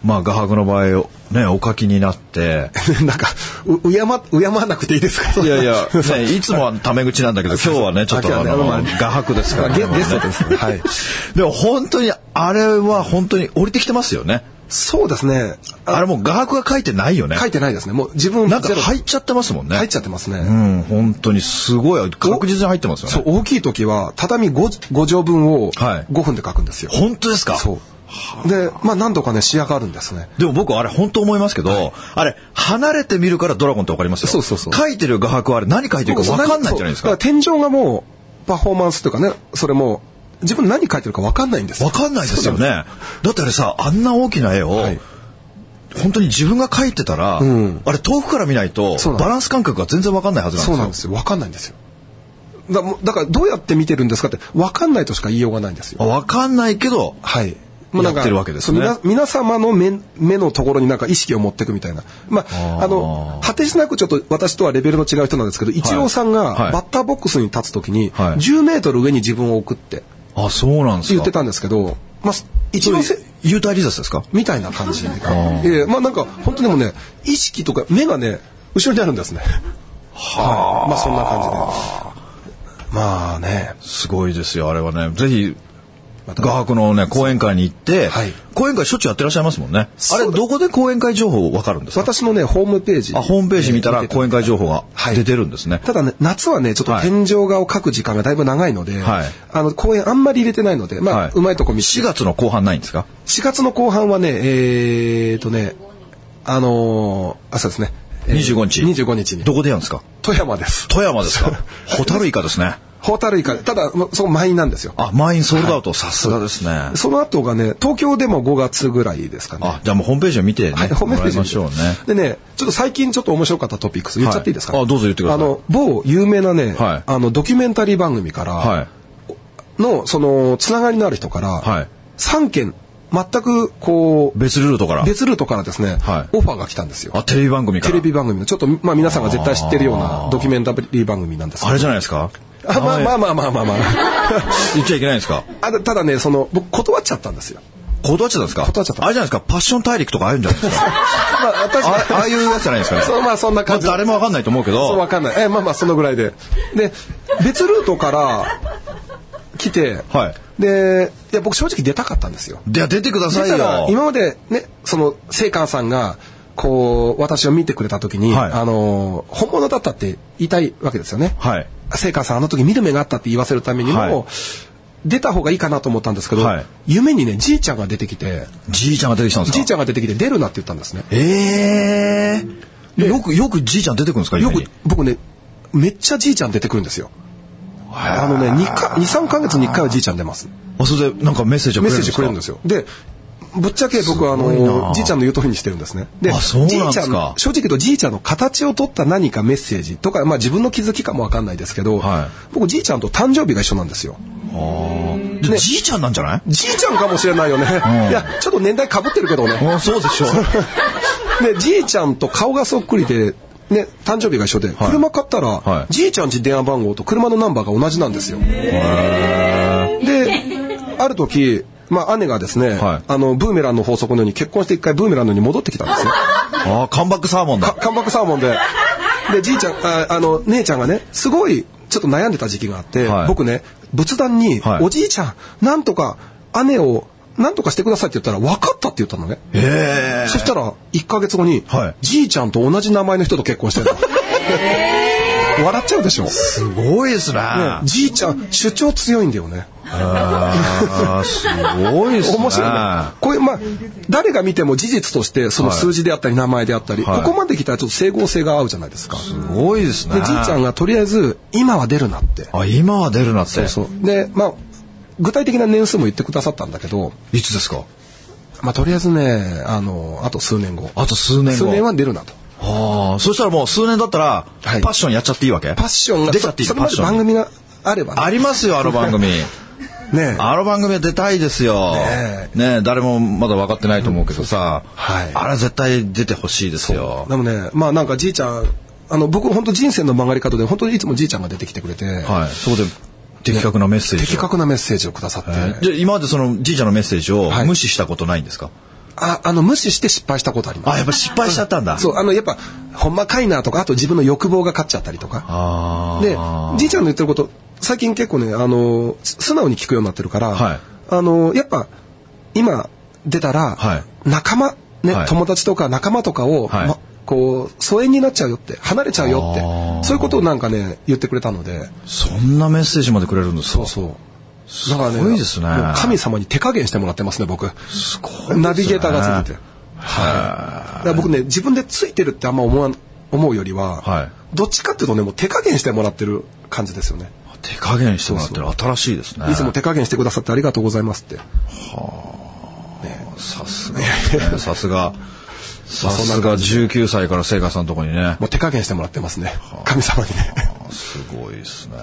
[SPEAKER 2] まあ画伯の場合、ね、お描きになって、
[SPEAKER 3] なんか、う、敬ま、敬わなくていいですか
[SPEAKER 2] いやい や、ね、いつもはタメ口なんだけど、今日はね、ちょっとあ
[SPEAKER 3] あ今日は
[SPEAKER 2] の
[SPEAKER 3] ね、
[SPEAKER 2] 画伯ですからね。
[SPEAKER 3] ゲゲストですねはい
[SPEAKER 2] でも本当に、あれは本当に降りてきてますよね。
[SPEAKER 3] そうですね。
[SPEAKER 2] あれもう画伯が書いてないよね。
[SPEAKER 3] 書いてないですね。もう自分
[SPEAKER 2] なんか
[SPEAKER 3] ゼロ
[SPEAKER 2] 入っちゃってますもんね。
[SPEAKER 3] 入っちゃってますね。
[SPEAKER 2] うん、本当にすごい、確実に入ってますよ
[SPEAKER 3] そう
[SPEAKER 2] ね。、
[SPEAKER 3] 大きい時は、畳 5, 5畳分を
[SPEAKER 2] はい
[SPEAKER 3] 5分で書くんですよ。
[SPEAKER 2] 本当ですか
[SPEAKER 3] そう。で、まあ何度かね、仕上がるんですね。
[SPEAKER 2] でも僕あれ本当思いますけど、あれ離れて見るからドラゴンってわかりますよ。
[SPEAKER 3] そうそうそう
[SPEAKER 2] 書いてる画伯はあれ何書いてるかわかんないんじゃないです
[SPEAKER 3] そ
[SPEAKER 2] か
[SPEAKER 3] うだ。ら天井がもう、パフォーマンスというかね、それも、自分何書いてるかわかんないんです
[SPEAKER 2] わかんないですよね。だってあれさ、あんな大きな絵を、
[SPEAKER 3] はい
[SPEAKER 2] 本当に自分が描いてたら、
[SPEAKER 3] ん
[SPEAKER 2] あれ遠くから見ないと
[SPEAKER 3] そうなんです
[SPEAKER 2] バランス感覚が全然わかんないはずなんです
[SPEAKER 3] そう
[SPEAKER 2] よ。
[SPEAKER 3] なんですよ。わかんないんですよ。だもうだから、どうやって見てるんですかって、わかんないとしか言いようがないんですよ。
[SPEAKER 2] あわかんないけど、
[SPEAKER 3] はい。
[SPEAKER 2] やってるわけですね
[SPEAKER 3] そう皆皆様の目目のところになんか意識を持っていくみたいな。まあ、
[SPEAKER 2] あー
[SPEAKER 3] あの、果てしなくちょっと私とはレベルの違う人なんですけど、一郎さん
[SPEAKER 2] はい
[SPEAKER 3] がバッターボックスに立つときに、
[SPEAKER 2] はい
[SPEAKER 3] 10メートル上に自分を置くって
[SPEAKER 2] あ、そうなんですか。
[SPEAKER 3] 言ってたんですけど、まあ、一
[SPEAKER 2] それ
[SPEAKER 3] 郎せ、
[SPEAKER 2] 幽体離脱ですか
[SPEAKER 3] みたいな感じで。
[SPEAKER 2] ー
[SPEAKER 3] ええまあなんか、本当でもね、意識とか目がね、後ろにあるんですね。はあ、まあそんな感じで。まあね。
[SPEAKER 2] すごいですよ、あれはね。ぜひ、
[SPEAKER 3] また
[SPEAKER 2] 画伯のね、講演会に行って、
[SPEAKER 3] はい
[SPEAKER 2] 講演会しょっちゅうやってらっしゃいますもんね。あ
[SPEAKER 3] そう
[SPEAKER 2] れ、
[SPEAKER 3] です
[SPEAKER 2] どこで講演会情報わかるんですか
[SPEAKER 3] 私のね、ホームページ。
[SPEAKER 2] あ、ホームページ見た
[SPEAKER 3] え
[SPEAKER 2] ら
[SPEAKER 3] 見て
[SPEAKER 2] 講演会情報が出てるんですね。
[SPEAKER 3] ただね、夏はね、ちょっと
[SPEAKER 2] はい
[SPEAKER 3] 天井画を描く時間がだいぶ長いので、
[SPEAKER 2] はい
[SPEAKER 3] あの、公演あんまり入れてないので、まあ、
[SPEAKER 2] はいう
[SPEAKER 3] まいとこ見
[SPEAKER 2] 4
[SPEAKER 3] 4
[SPEAKER 2] 月の後半ないんですか
[SPEAKER 3] 月。4月の後半はね、えーとね、あのー、あ、そうですね。えー
[SPEAKER 2] 25日
[SPEAKER 3] 25日に。
[SPEAKER 2] どこでやるんですか
[SPEAKER 3] 富山です。
[SPEAKER 2] 富山 ですかホタルイカですね。
[SPEAKER 3] ホタルイカ、ただ、もうそこ満員なんですよ。
[SPEAKER 2] あ、満員ソールドアウト、さすがですね。あ、
[SPEAKER 3] その後がね、東京でも5月ぐらいですかね。
[SPEAKER 2] じゃあもうホームページを見てね、
[SPEAKER 3] はい、褒め
[SPEAKER 2] もらいましょうね。
[SPEAKER 3] でね、ちょっと最近ちょっと面白かったトピックス言っちゃっていいですか、
[SPEAKER 2] はいあどうぞ言ってください
[SPEAKER 3] あの、某有名なね、
[SPEAKER 2] はい
[SPEAKER 3] あの、ドキュメンタリー番組から、
[SPEAKER 2] はい。
[SPEAKER 3] の、その、つながりのある人から、
[SPEAKER 2] はい
[SPEAKER 3] 3件、全く、こう、
[SPEAKER 2] 別ルートから。
[SPEAKER 3] 別ルートからですね、
[SPEAKER 2] はい
[SPEAKER 3] オファーが来たんですよ。
[SPEAKER 2] あ、テレビ番組か
[SPEAKER 3] テ
[SPEAKER 2] ら。
[SPEAKER 3] レビ番組の、ちょっと、まあ皆さんが絶対知ってるようなドキュメンタリー番組なんですけど
[SPEAKER 2] あれじゃないですか
[SPEAKER 3] あまあまあまあまあまあまあ。
[SPEAKER 2] 言っちゃいけないんですか
[SPEAKER 3] あただね、その、僕断っちゃったんですよ。
[SPEAKER 2] 断っちゃったんですか
[SPEAKER 3] 断っちゃった
[SPEAKER 2] あれじゃないですかパッション大陸とかああいうんじゃないです か
[SPEAKER 3] まあ私
[SPEAKER 2] あああいうやつじゃないですかね。
[SPEAKER 3] そうまあそんな感じ
[SPEAKER 2] まあ誰もわかんないと思うけ
[SPEAKER 3] そう、
[SPEAKER 2] ど。
[SPEAKER 3] わかんない。え、まあまあ、そのぐらいで。で、別ルートから来て、
[SPEAKER 2] はい。
[SPEAKER 3] で、いや、僕正直出たかったんですよ。
[SPEAKER 2] では出てくださ
[SPEAKER 3] 出
[SPEAKER 2] い
[SPEAKER 3] た
[SPEAKER 2] よ
[SPEAKER 3] ら、。今までね、その、聖寛さんが、こう、私を見てくれた時に、
[SPEAKER 2] はい
[SPEAKER 3] あの、本物だったって言いたいわけですよね。
[SPEAKER 2] はい。
[SPEAKER 3] 聖寛さん、あの時見る目があったって言わせるためにも、
[SPEAKER 2] はい
[SPEAKER 3] 出た方がいいかなと思ったんですけど、
[SPEAKER 2] はい
[SPEAKER 3] 夢にね、じいちゃんが出てきて、
[SPEAKER 2] じいちゃんが出てきたんですか
[SPEAKER 3] じいちゃんが出てきて出るなって言ったんですね。
[SPEAKER 2] ええよく、よくじいちゃん出てくるんですか
[SPEAKER 3] よ
[SPEAKER 2] 夢
[SPEAKER 3] く
[SPEAKER 2] に、
[SPEAKER 3] 僕ね、めっちゃじいちゃん出てくるんですよ。あのね、2か、2、3ヶ月に1回はじいちゃん出ます。
[SPEAKER 2] あ、それでなんかメッセージを
[SPEAKER 3] メ
[SPEAKER 2] く
[SPEAKER 3] ッ
[SPEAKER 2] れ
[SPEAKER 3] セ
[SPEAKER 2] る
[SPEAKER 3] ー
[SPEAKER 2] んで
[SPEAKER 3] ジ
[SPEAKER 2] す
[SPEAKER 3] く
[SPEAKER 2] か
[SPEAKER 3] れるんですよ。で、ぶっちゃけ僕はあ
[SPEAKER 2] すごいな
[SPEAKER 3] の、じいちゃんの言う通りにしてるんですね。で、
[SPEAKER 2] あそうなん
[SPEAKER 3] じい
[SPEAKER 2] です
[SPEAKER 3] ち
[SPEAKER 2] か
[SPEAKER 3] ゃんの、正直言うとじいちゃんの形を取った何かメッセージとか、まあ自分の気づきかもわかんないですけど、
[SPEAKER 2] は
[SPEAKER 3] 僕じいちゃんと誕生日が一緒なんですよ。
[SPEAKER 2] でじいちゃんなんじゃない
[SPEAKER 3] じいちゃんかもしれないよね。いや、ちょっと年代被ってるけどね。
[SPEAKER 2] あそうでしょ う。
[SPEAKER 3] で、じいちゃんと顔がそっくりで、ね、誕生日が一緒で、車買ったら、
[SPEAKER 2] はい
[SPEAKER 3] じいちゃんち電話番号と車のナンバーが同じなんですよ。で、ある時、まあ姉がですね、
[SPEAKER 2] はい
[SPEAKER 3] あの、ブーメランの法則のように結婚して一回ブーメランのように戻ってきたんですね。
[SPEAKER 2] ああ、カンバックサーモン
[SPEAKER 3] か
[SPEAKER 2] だ。
[SPEAKER 3] 関白サーモンで。で、じいちゃん、ああの、姉ちゃんがね、すごい、ちょっと悩んでた時期があって、
[SPEAKER 2] はい
[SPEAKER 3] 僕ね、仏壇に、
[SPEAKER 2] はい
[SPEAKER 3] おじいちゃん、なんとか、姉を、なんとかしてくださいって言ったら、分かったって言ったのね。
[SPEAKER 2] ええ
[SPEAKER 3] そしたら、1ヶ月後に、
[SPEAKER 2] はい
[SPEAKER 3] じいちゃんと同じ名前の人と結婚してるの。笑っちゃうでしょ、ね
[SPEAKER 2] すごいですね。
[SPEAKER 3] じいちゃん、主張強いんだよね。
[SPEAKER 2] ああ、すごいですね。
[SPEAKER 3] 面白いね。こういう、まあ、誰が見ても事実として、その数字であったり、名前であったり、
[SPEAKER 2] はい
[SPEAKER 3] ここまで来たらちょっと整合性が合うじゃないですか。
[SPEAKER 2] すごいですね。
[SPEAKER 3] で、じいちゃんがとりあえず、今は出るなって。
[SPEAKER 2] あ、今は出るなって。
[SPEAKER 3] そう。で、まあ、具体的な年数も言ってくださったんだけど、
[SPEAKER 2] いつですか
[SPEAKER 3] まあ、とりあえずね、あの、あと数年後。
[SPEAKER 2] あと数年後。
[SPEAKER 3] 数年は出るなと。
[SPEAKER 2] ああ、そしたらもう数年だったら、
[SPEAKER 3] はい
[SPEAKER 2] パッションやっちゃっていいわけ
[SPEAKER 3] パッションが、
[SPEAKER 2] 出ちゃっていい
[SPEAKER 3] そ
[SPEAKER 2] の
[SPEAKER 3] それ
[SPEAKER 2] パッシ
[SPEAKER 3] まで
[SPEAKER 2] ョン。
[SPEAKER 3] 番組があればね。
[SPEAKER 2] ありますよ、あの番 組。
[SPEAKER 3] ね
[SPEAKER 2] あの番組は出たいですよ。ね
[SPEAKER 3] ね
[SPEAKER 2] え誰もまだ分かってないと思うけどさ、
[SPEAKER 3] はい
[SPEAKER 2] あれは絶対出てほしいですよ。
[SPEAKER 3] でもね、まあなんかじいちゃん、あの、僕本当人生の曲がり方で、本当にいつもじいちゃんが出てきてくれて、
[SPEAKER 2] はい。そこで、的確なメッセージを。
[SPEAKER 3] 的確なメッセージをくださって、
[SPEAKER 2] えーじゃあ今までそのじいちゃんのメッセージを
[SPEAKER 3] はい
[SPEAKER 2] 無視したことないんですか、
[SPEAKER 3] あ、あの、無視して失敗したことあります。
[SPEAKER 2] あ、やっぱ失敗しちゃったんだ。
[SPEAKER 3] そう、あの、やっぱ、ほんまかいなとか、あと自分の欲望が勝っちゃったりとか。
[SPEAKER 2] あ
[SPEAKER 3] で
[SPEAKER 2] あ。、
[SPEAKER 3] じいちゃんの言ってること、最近結構ね、あの、す素直に聞くようになってるから、
[SPEAKER 2] はい
[SPEAKER 3] あの、やっぱ、今、出たら、
[SPEAKER 2] はい
[SPEAKER 3] 仲間、ね、
[SPEAKER 2] はい
[SPEAKER 3] 友達とか仲間とかを、
[SPEAKER 2] はい
[SPEAKER 3] まこう、疎遠になっちゃうよって、離れちゃうよって
[SPEAKER 2] あー、
[SPEAKER 3] そういうことをなんかね、言ってくれたので、
[SPEAKER 2] そんなメッセージまでくれるんですか
[SPEAKER 3] そうそう。
[SPEAKER 2] すごいですね。
[SPEAKER 3] もう神様に手加減してもらってますね、僕。
[SPEAKER 2] すごいですね
[SPEAKER 3] ナビゲーターがついてて。はい。だから僕ね、自分でついてるってあんま思わん思うよりは、
[SPEAKER 2] はい
[SPEAKER 3] どっちかっていうとね、もう手加減してもらってる感じですよね。
[SPEAKER 2] 手加減してもらってる新しいですね。
[SPEAKER 3] いつも手加減してくださってありがとうございますって。
[SPEAKER 2] さすがですね。さすが。さすが19歳から聖火さんのとこにね。
[SPEAKER 3] もう手加減してもらってますね。神様にね。
[SPEAKER 2] すごいですね。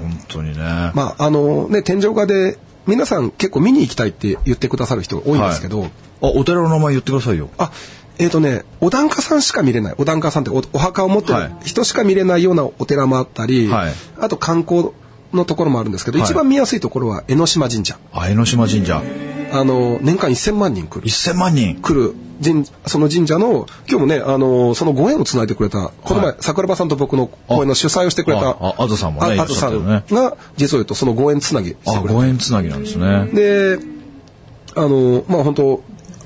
[SPEAKER 2] 本当にね。
[SPEAKER 3] まあ、あのね、天井画で、皆さん結構見に行きたいって言ってくださる人多いんですけど、
[SPEAKER 2] はいあ、お寺の名前言ってくださいよ。
[SPEAKER 3] あ、えっ、とね、お檀家さんしか見れない。お檀家さんっておお墓を持って
[SPEAKER 2] は
[SPEAKER 3] る
[SPEAKER 2] い
[SPEAKER 3] 人しか見れないようなお寺もあったり、
[SPEAKER 2] はい
[SPEAKER 3] あと観光のところもあるんですけど、
[SPEAKER 2] はい
[SPEAKER 3] 一番見やすいところは江ノ島神社。
[SPEAKER 2] あ江ノ島神社。
[SPEAKER 3] あの、年間1000万人来る。
[SPEAKER 2] 1000万人。
[SPEAKER 3] 来る神その神社の、今日もね、あの、そのご縁をつないでくれた、この前、桜庭さんと僕の公演の主催をしてくれた、
[SPEAKER 2] あああずさんもね
[SPEAKER 3] ああずさ
[SPEAKER 2] いらっしゃ
[SPEAKER 3] ん
[SPEAKER 2] った
[SPEAKER 3] が、実を言うとそのご縁つなぎして
[SPEAKER 2] あ、
[SPEAKER 3] くれた
[SPEAKER 2] ご縁つなぎなんですね。
[SPEAKER 3] で、あの、まあ本当、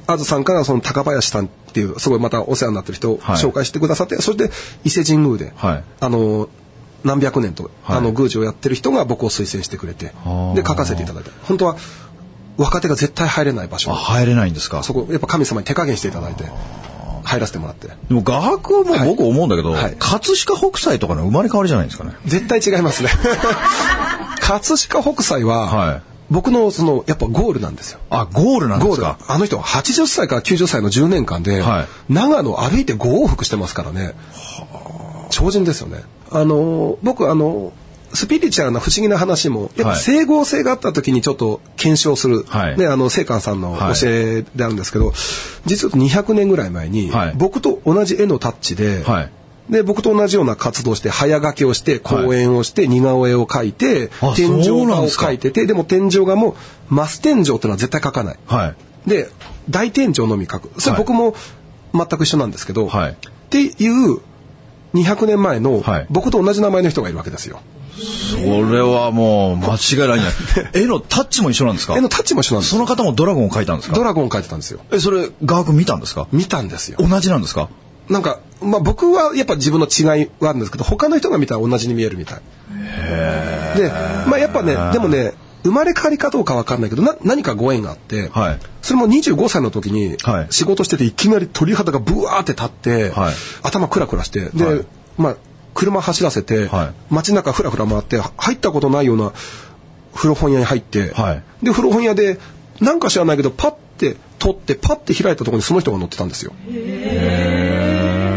[SPEAKER 3] あずさんからその高林さんっていう、すごいまたお世話になってる人を
[SPEAKER 2] はい
[SPEAKER 3] 紹介してくださって、それで伊勢神宮で、
[SPEAKER 2] はい
[SPEAKER 3] あの、何百年と、
[SPEAKER 2] はい
[SPEAKER 3] あの宮司をやってる人が僕を推薦してくれて
[SPEAKER 2] あー、
[SPEAKER 3] で、書かせていただいた。本当は、若手が絶対入れない場所
[SPEAKER 2] あ、。入れないんですか。
[SPEAKER 3] そこ、やっぱ神様に手加減していただいて、入らせてもらって。
[SPEAKER 2] でも画伯はもう僕思うんだけど、
[SPEAKER 3] はい
[SPEAKER 2] 葛飾北斎とかの生まれ変わりじゃないんですかね。
[SPEAKER 3] 絶対違いま すね。葛飾北斎は、
[SPEAKER 2] はい
[SPEAKER 3] 僕のその、やっぱゴールなんですよ。
[SPEAKER 2] あ、ゴールなんで
[SPEAKER 3] ゴ
[SPEAKER 2] す
[SPEAKER 3] ー
[SPEAKER 2] か。
[SPEAKER 3] ル。あの人は80歳から90歳の10年間で、
[SPEAKER 2] は
[SPEAKER 3] 長野を歩いて5往復してますからね。超人ですよね。あのー、僕あのー、スピリチュアルな不思議な話も、やっぱ
[SPEAKER 2] はい
[SPEAKER 3] 整合性があった時にちょっと検証する、
[SPEAKER 2] はい
[SPEAKER 3] ね、あの、聖寛さんの
[SPEAKER 2] はい
[SPEAKER 3] 教えであるんですけど、実は200年ぐらい前に、
[SPEAKER 2] はい
[SPEAKER 3] 僕と同じ絵のタッチで、
[SPEAKER 2] はい
[SPEAKER 3] で、僕と同じような活動をして、早書きをして、講演をして、似顔絵を描いて
[SPEAKER 2] あ、
[SPEAKER 3] 天
[SPEAKER 2] そ
[SPEAKER 3] 井
[SPEAKER 2] うな
[SPEAKER 3] 画
[SPEAKER 2] ん
[SPEAKER 3] を
[SPEAKER 2] ですか
[SPEAKER 3] 描いてて、でも天井画も、マス天井っていうのは絶対描かない。
[SPEAKER 2] はい。
[SPEAKER 3] で大天井のみ書くそれ
[SPEAKER 2] はい
[SPEAKER 3] 僕も全く一緒なんですけど、
[SPEAKER 2] はい
[SPEAKER 3] っていう200年前の
[SPEAKER 2] はい
[SPEAKER 3] 僕と同じ名前の人がいるわけですよ、
[SPEAKER 2] それはもう間違 いないんじゃない。絵のタッチも一緒なんですか
[SPEAKER 3] 絵のタッチも一緒なんです
[SPEAKER 2] その方もドラゴンを描いたんです
[SPEAKER 3] ド
[SPEAKER 2] か
[SPEAKER 3] ラゴンを描いてたんですよ
[SPEAKER 2] え、それ画伯見たんですか
[SPEAKER 3] 見たんですよ
[SPEAKER 2] 同じなんですか
[SPEAKER 3] なんか、まあ、僕はやっぱ自分の違いはあるんですけど他の人が見たら同じに見えるみたいで、まあ、やっぱねでもね生まれ変わりかどうかわかんないけどな何かご縁があって、
[SPEAKER 2] はい
[SPEAKER 3] それも25歳の時に
[SPEAKER 2] はい
[SPEAKER 3] 仕事してていきなり鳥肌がブワーって立って、
[SPEAKER 2] はい
[SPEAKER 3] 頭クラクラしてで、
[SPEAKER 2] はい
[SPEAKER 3] まあ、車走らせて、
[SPEAKER 2] はい
[SPEAKER 3] 街中フラフラ回って入ったことないような古本屋に入って、
[SPEAKER 2] はい
[SPEAKER 3] で古本屋でなんか知らないけどパッて取ってパッて開いたところにその人が乗ってたんですよ。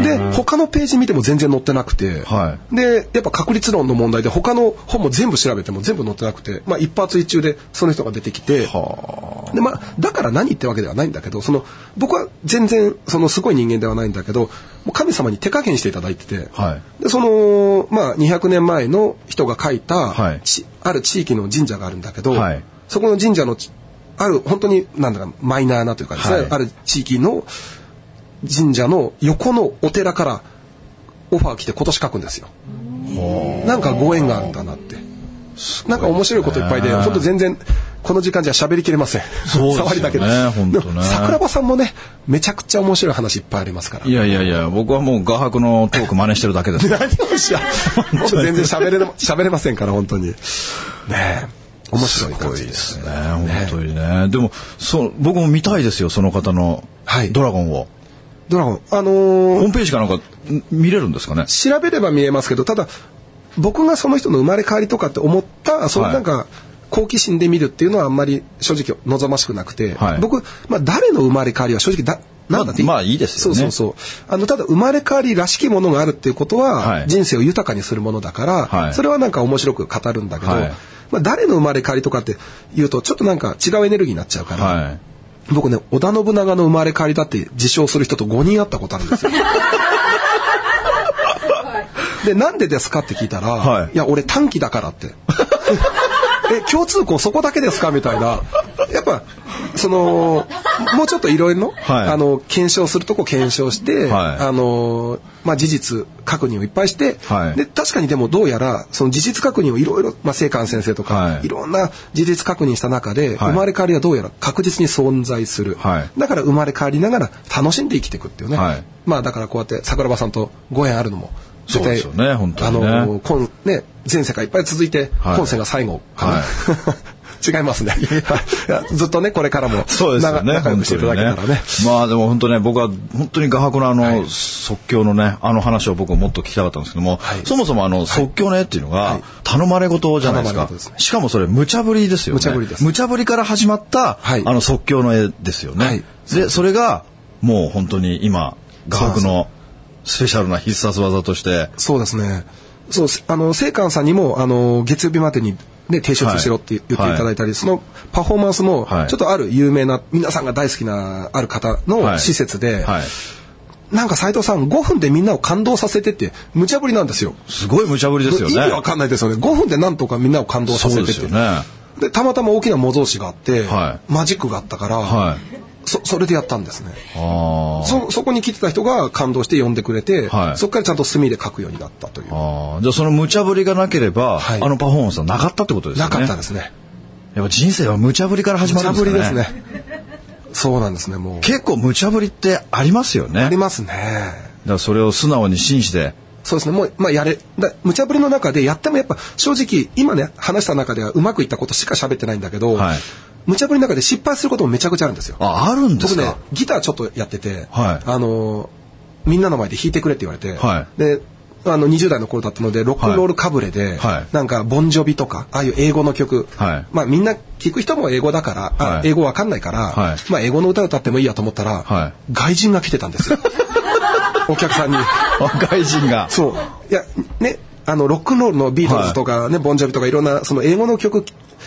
[SPEAKER 3] で他のページ見ても全然載ってなくて、
[SPEAKER 2] は
[SPEAKER 3] でやっぱ確率論の問題で他の本も全部調べても全部載ってなくて、まあ、一発一中でその人が出てきて、でまあ、だから何ってわけではないんだけどその僕は全然そのすごい人間ではないんだけどもう神様に手加減していただいてて、
[SPEAKER 2] は
[SPEAKER 3] でその、まあ、200年前の人が書いた、
[SPEAKER 2] はい
[SPEAKER 3] ちある地域の神社があるんだけど、
[SPEAKER 2] はい
[SPEAKER 3] そこの神社のちある本当になんだかマイナーなというかですね、
[SPEAKER 2] はい
[SPEAKER 3] ある地域の神社の横のお寺からオファー来て今年書くんですよ。なんかご縁があるんだなって。なんか面白いこといっぱいで、本当全然この時間じゃ喋りきれません。
[SPEAKER 2] そうですよね
[SPEAKER 3] 触りだけです。
[SPEAKER 2] ほんとね
[SPEAKER 3] でも桜庭さんもね、めちゃくちゃ面白い話いっぱいありますから
[SPEAKER 2] い。。いやいやいや、僕はもう画伯のトーク真似してるだけ です。
[SPEAKER 3] 何をしゃ、もう全然喋れれ、喋れませんから、本当に。ねえ。面白い感じです。
[SPEAKER 2] ね本当にね。でも、そう、僕も見たいですよ、その方の
[SPEAKER 3] はい
[SPEAKER 2] ドラゴンを。
[SPEAKER 3] ドラゴン、あの
[SPEAKER 2] ホ
[SPEAKER 3] ー
[SPEAKER 2] ームページかなんかん見れるんですかね。
[SPEAKER 3] 調べれば見えますけど、ただ、僕がその人の生まれ変わりとかって思った、そうい
[SPEAKER 2] は
[SPEAKER 3] う
[SPEAKER 2] い
[SPEAKER 3] なんか、好奇心で見るっていうのはあんまり正直望ましくなくて、
[SPEAKER 2] はい
[SPEAKER 3] 僕、まあ誰の生まれ変わりは正直だ、なんだって
[SPEAKER 2] まあまあいいですよね
[SPEAKER 3] そうそうそう。あの、ただ生まれ変わりらしきものがあるっていうこと
[SPEAKER 2] はい
[SPEAKER 3] は、人生を豊かにするものだから、
[SPEAKER 2] はい
[SPEAKER 3] それはなんか面白く語るんだけど、
[SPEAKER 2] はい
[SPEAKER 3] まあ誰の生まれ変わりとかって言うと、ちょっとなんか違うエネルギーになっちゃうから、
[SPEAKER 2] は
[SPEAKER 3] 僕ね、織田信長の生まれ変わりだって自称する人と5人会ったことあるんですよ。で、なんでですかって聞いたら、
[SPEAKER 2] はい
[SPEAKER 3] い、や、俺短期だからって。え、共通項そこだけですかみたいな。やっぱ、その、もうちょっといろいろの、
[SPEAKER 2] はい
[SPEAKER 3] あの、検証するとこ検証して、
[SPEAKER 2] はい
[SPEAKER 3] あの、まあ、事実確認をいっぱいして、
[SPEAKER 2] はい
[SPEAKER 3] で、確かにでもどうやら、その事実確認をいろいろ、まあ、聖寛先生とか、
[SPEAKER 2] はい
[SPEAKER 3] い、ろんな事実確認した中で、
[SPEAKER 2] はい
[SPEAKER 3] 生まれ変わりはどうやら確実に存在する。
[SPEAKER 2] はい
[SPEAKER 3] だから生まれ変わりながら楽しんで生きていくっていうね。
[SPEAKER 2] はい
[SPEAKER 3] まあだからこうやって桜庭さんとご縁あるのも、絶対
[SPEAKER 2] そうですよね本当にね
[SPEAKER 3] あの、今、ね、全世界いっぱい続いて、
[SPEAKER 2] はい
[SPEAKER 3] 今世が最後かな。
[SPEAKER 2] はい
[SPEAKER 3] 違いますね。 いやずっとね、これからも、
[SPEAKER 2] い。そうですよね。
[SPEAKER 3] 仲仲良
[SPEAKER 2] 本
[SPEAKER 3] くして
[SPEAKER 2] 当
[SPEAKER 3] いた
[SPEAKER 2] に
[SPEAKER 3] だけ
[SPEAKER 2] ね
[SPEAKER 3] たらね。。
[SPEAKER 2] まあでも本当ね、僕は本当に画伯のあの、即興のね、あの話を僕ももっと聞きたかったんですけども、
[SPEAKER 3] はい
[SPEAKER 2] そもそもあの即興の絵っていうのが、頼まれ事じゃないです
[SPEAKER 3] 頼ま
[SPEAKER 2] か
[SPEAKER 3] れ事ですね
[SPEAKER 2] しかもそれ無茶ぶりですよね。
[SPEAKER 3] 無茶ぶりです
[SPEAKER 2] 無茶ぶりから始まった、
[SPEAKER 3] はい
[SPEAKER 2] あの即興の絵ですよね。
[SPEAKER 3] はい
[SPEAKER 2] で、それがもう本当に今、画伯
[SPEAKER 3] そう
[SPEAKER 2] のスペシャルな必殺技として、
[SPEAKER 3] そうですね。そう、あの、聖寛さんにも、あの、月曜日までに、ね、提出しろって言ってい
[SPEAKER 2] はい
[SPEAKER 3] ただいたり、そのパフォーマンスも、
[SPEAKER 2] はい
[SPEAKER 3] ちょっとある有名な、皆さんが大好きな、ある方
[SPEAKER 2] は
[SPEAKER 3] の
[SPEAKER 2] い
[SPEAKER 3] 施設で、
[SPEAKER 2] はい。
[SPEAKER 3] なんか斎藤さん5分でみんなを感動させてって、無茶ぶりなんですよ。
[SPEAKER 2] すごい無茶ぶりですよね。
[SPEAKER 3] 意味わかんないですよね。5分でなんとかみんなを感動させてって。
[SPEAKER 2] そうですよね
[SPEAKER 3] でたまたま大きな模造紙があって、
[SPEAKER 2] は
[SPEAKER 3] マジックがあったから、
[SPEAKER 2] は
[SPEAKER 3] そ、それでやったんですね。
[SPEAKER 2] あー
[SPEAKER 3] そ、そこに来てた人が感動して呼んでくれて、
[SPEAKER 2] はい
[SPEAKER 3] そこからちゃんと墨で書くようになったという。
[SPEAKER 2] あー。じゃあその無茶ぶりがなければ、
[SPEAKER 3] はい
[SPEAKER 2] あのパフォーマンスはなかったってことですよ
[SPEAKER 3] な
[SPEAKER 2] ね。。
[SPEAKER 3] かったですすね。
[SPEAKER 2] やっぱ人生は無茶ぶりから始
[SPEAKER 3] 無
[SPEAKER 2] まる
[SPEAKER 3] 茶
[SPEAKER 2] んです
[SPEAKER 3] ぶ
[SPEAKER 2] か
[SPEAKER 3] り
[SPEAKER 2] ね。
[SPEAKER 3] ですね。。そうなんですね、もう。
[SPEAKER 2] 結構無茶ぶりってありますよね。
[SPEAKER 3] あり
[SPEAKER 2] だか
[SPEAKER 3] ますね。
[SPEAKER 2] らそれを素直に信じて、
[SPEAKER 3] そうですね、もう、まあ、やれ、だ無茶ぶりの中でやってもやっぱ正直、今ね、話した中ではうまくいったことしか喋ってないんだけど、
[SPEAKER 2] はい
[SPEAKER 3] 無茶ぶりの中で失敗することもめちゃくちゃあるんですよ。
[SPEAKER 2] あ、あるんで
[SPEAKER 3] 僕
[SPEAKER 2] すか。
[SPEAKER 3] ね、ギターちょっとやってて、
[SPEAKER 2] はい
[SPEAKER 3] あのー、みんなの前で弾いてくれって言われて、
[SPEAKER 2] は
[SPEAKER 3] で、あの、20代の頃だったので、ロックンロールかぶれで、
[SPEAKER 2] はい
[SPEAKER 3] なんか、ボンジョビとか、ああいう英語の曲、
[SPEAKER 2] はい
[SPEAKER 3] まあ、みんな聞く人も英語だから、あ
[SPEAKER 2] はい
[SPEAKER 3] 英語わかんないから、
[SPEAKER 2] はい
[SPEAKER 3] まあ、英語の歌歌ってもいいやと思ったら、
[SPEAKER 2] はい
[SPEAKER 3] 外人が来てた んですよ。お客さんに。
[SPEAKER 2] あ外人が。
[SPEAKER 3] そう。いや、ね、あの、ロックンロールのビートルズとかね、ボンジョビとかいろんな、その英語の曲、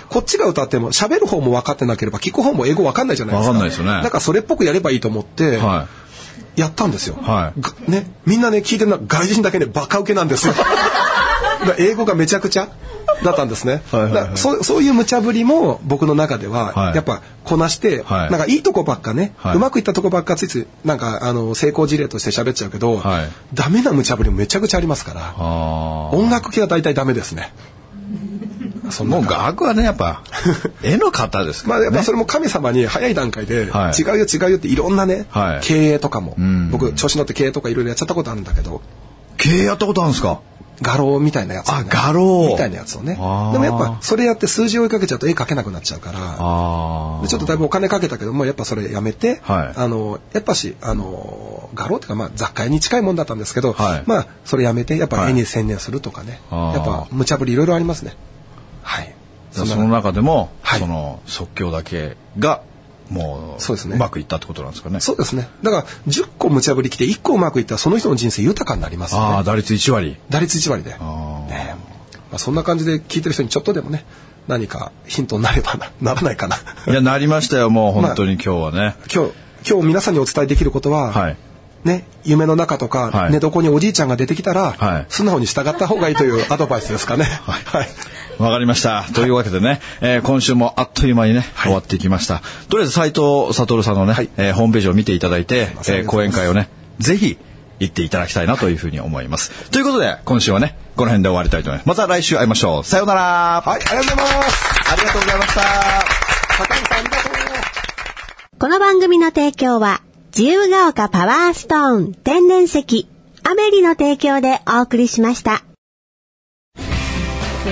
[SPEAKER 3] こっちが歌っても、喋る方も分かってなければ、聞く方も英語分かんないじゃないですか。
[SPEAKER 2] 分かんないですよね
[SPEAKER 3] だからそれっぽくやればいいと思って、
[SPEAKER 2] は
[SPEAKER 3] やったんですよ。
[SPEAKER 2] はい
[SPEAKER 3] がね、みんなね、聞いてるのは外人だけね、バカウケなんですよ。 だから英語がめちゃくちゃだったんですね。
[SPEAKER 2] はいはいはい
[SPEAKER 3] だからそうそういう無茶ぶりも僕の中では、
[SPEAKER 2] はい
[SPEAKER 3] やっぱこなして、
[SPEAKER 2] はい
[SPEAKER 3] なんかいいとこばっかね、
[SPEAKER 2] はいう
[SPEAKER 3] まくいったとこばっかついつい、なんかあの、成功事例として喋っちゃうけど、
[SPEAKER 2] はい
[SPEAKER 3] ダメな無茶ぶりもめちゃくちゃありますから、
[SPEAKER 2] ああ。
[SPEAKER 3] 音楽系は大体ダメですね。そんな
[SPEAKER 2] もう額はね、やっぱ、絵の方ですか
[SPEAKER 3] ま
[SPEAKER 2] ら
[SPEAKER 3] あ
[SPEAKER 2] ね。
[SPEAKER 3] やっぱそれも神様に早い段階で、
[SPEAKER 2] はい
[SPEAKER 3] 違うよ違うよっていろんなね、
[SPEAKER 2] はい
[SPEAKER 3] 経営とかも
[SPEAKER 2] ん、
[SPEAKER 3] 僕調子乗って経営とかいろいろやっちゃったことあるんだけど、
[SPEAKER 2] 経営やったことあるんですか
[SPEAKER 3] 画廊みたいなやつを
[SPEAKER 2] あ
[SPEAKER 3] ね、
[SPEAKER 2] 画廊
[SPEAKER 3] みたいなやつをね。で
[SPEAKER 2] あー
[SPEAKER 3] もやっぱそれやって数字追いかけちゃうと絵描けなくなっちゃうから、
[SPEAKER 2] あ
[SPEAKER 3] でちょっとだいぶお金かけたけども、やっぱそれやめて、
[SPEAKER 2] はい
[SPEAKER 3] あの、やっぱし、あの、画廊っていうかまあ雑貨屋に近いもんだったんですけど、
[SPEAKER 2] はい
[SPEAKER 3] まあそれやめて、やっぱ
[SPEAKER 2] はい
[SPEAKER 3] 絵に専念するとかね、
[SPEAKER 2] あー
[SPEAKER 3] やっぱ無茶ぶりいろいろありますね。はい。
[SPEAKER 2] そ
[SPEAKER 3] んな
[SPEAKER 2] の中でも、
[SPEAKER 3] はい
[SPEAKER 2] その即興だけがもう
[SPEAKER 3] そうですね
[SPEAKER 2] まくいったってことなんですかね。
[SPEAKER 3] そうですね。だから、10個無茶ぶり来て、1個うまくいったら、その人の人生豊かになります
[SPEAKER 2] あ
[SPEAKER 3] よ
[SPEAKER 2] あ
[SPEAKER 3] ね。
[SPEAKER 2] 打率1割。
[SPEAKER 3] 打率1割で。ね
[SPEAKER 2] あー
[SPEAKER 3] えまあ、そんな感じで聞いてる人にちょっとでもね、何かヒントになればな、ならないかな。
[SPEAKER 2] いやなりましたよもう本当に今日はね。
[SPEAKER 3] 今日、今日皆さんにお伝えできることは、
[SPEAKER 2] はい
[SPEAKER 3] ね、夢の中とか、
[SPEAKER 2] はい
[SPEAKER 3] 寝床におじいちゃんが出てきたら、
[SPEAKER 2] はい
[SPEAKER 3] 素直に従った方がいいというアドバイスですかね。はい。
[SPEAKER 2] わかりました。というわけでね、えー今週もあっという間にね、終わっていきました。とりあえず斉藤悟さんのね、
[SPEAKER 3] はい
[SPEAKER 2] えーホームページを見ていただいて、
[SPEAKER 3] ませ
[SPEAKER 2] え
[SPEAKER 3] ん
[SPEAKER 2] ー講演会をね、ぜひ行っていただきたいなというふうに思います。ということで、今週はね、この辺で終わりたいと思います。また来週会いましょう。さようなら。
[SPEAKER 3] はい、ありがとうございます。
[SPEAKER 2] ありがとうございました。
[SPEAKER 3] 高橋さん、ありがとう。
[SPEAKER 4] この番組の提供は、自由が丘パワーストーン天然石、アメリの提供でお送りしました。
[SPEAKER 5] ス